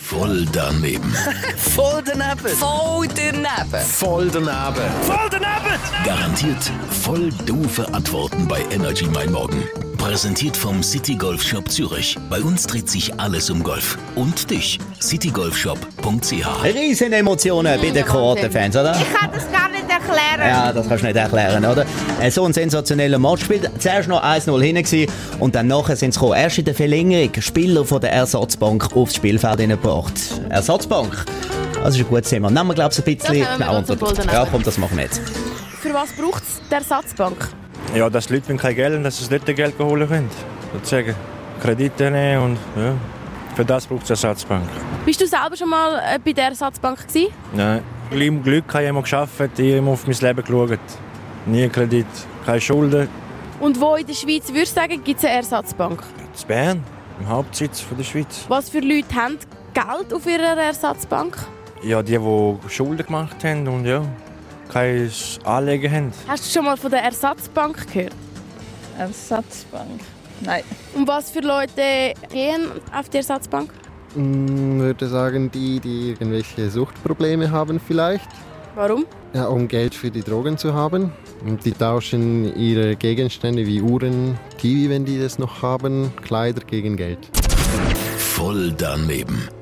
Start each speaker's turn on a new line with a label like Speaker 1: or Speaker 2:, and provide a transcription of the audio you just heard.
Speaker 1: Voll daneben.
Speaker 2: Voll daneben.
Speaker 3: Voll daneben.
Speaker 1: Voll daneben.
Speaker 2: Voll daneben!
Speaker 1: Garantiert voll doofe Antworten bei Energy Mein Morgen. Präsentiert vom City Golf Shop Zürich. Bei uns dreht sich alles um Golf. Und dich, citygolfshop.ch.
Speaker 4: Riesen Emotionen bei den Kroatenfans, oder?
Speaker 5: Ich kann das gar nicht erklären.
Speaker 4: Ja, das kannst du nicht erklären, oder? Äh, So ein sensationeller Match spielt. Zuerst noch 1-0 hinten gewesen und dann nachher sind sie gekommen. Erst in der Verlängerung Spieler von der Ersatzbank aufs Spielfeld hineingebracht. Ersatzbank. Das ist ein gutes Thema. Nehmen wir, glaube ich, ein bisschen
Speaker 5: Da kommen wir noch zum Golden
Speaker 4: Ja,
Speaker 5: Hour.
Speaker 4: komm, das machen wir jetzt.
Speaker 5: Für was braucht es die Ersatzbank?
Speaker 6: Ja, dass die Leute kein Geld haben, dass sie nicht das Geld holen können. Sozusagen. Kredite nehmen und ja. Für das braucht es eine Ersatzbank.
Speaker 5: Bist du selber schon mal äh, bei der Ersatzbank gewesen?
Speaker 6: Nein. Im Glück habe ich immer gearbeitet, ich habe immer auf mein Leben geschaut. Nie einen Kredit, keine Schulden.
Speaker 5: Und wo in der Schweiz, würdest du sagen, gibt es eine Ersatzbank?
Speaker 6: In Bern, im Hauptsitz von der Schweiz.
Speaker 5: Was für Leute haben Geld auf ihrer Ersatzbank?
Speaker 6: Ja, die, die Schulden gemacht haben und ja, kein Anlegen haben.
Speaker 5: Hast du schon mal von der Ersatzbank gehört?
Speaker 7: Ersatzbank. Nein.
Speaker 5: Und was für Leute gehen auf die Ersatzbank?
Speaker 8: Mm, würde sagen, die, die irgendwelche Suchtprobleme haben vielleicht,
Speaker 5: Warum?
Speaker 8: ja, um Geld für die Drogen zu haben. Und die tauschen ihre Gegenstände wie Uhren, TV, wenn die das noch haben, Kleider gegen Geld.
Speaker 1: Voll daneben.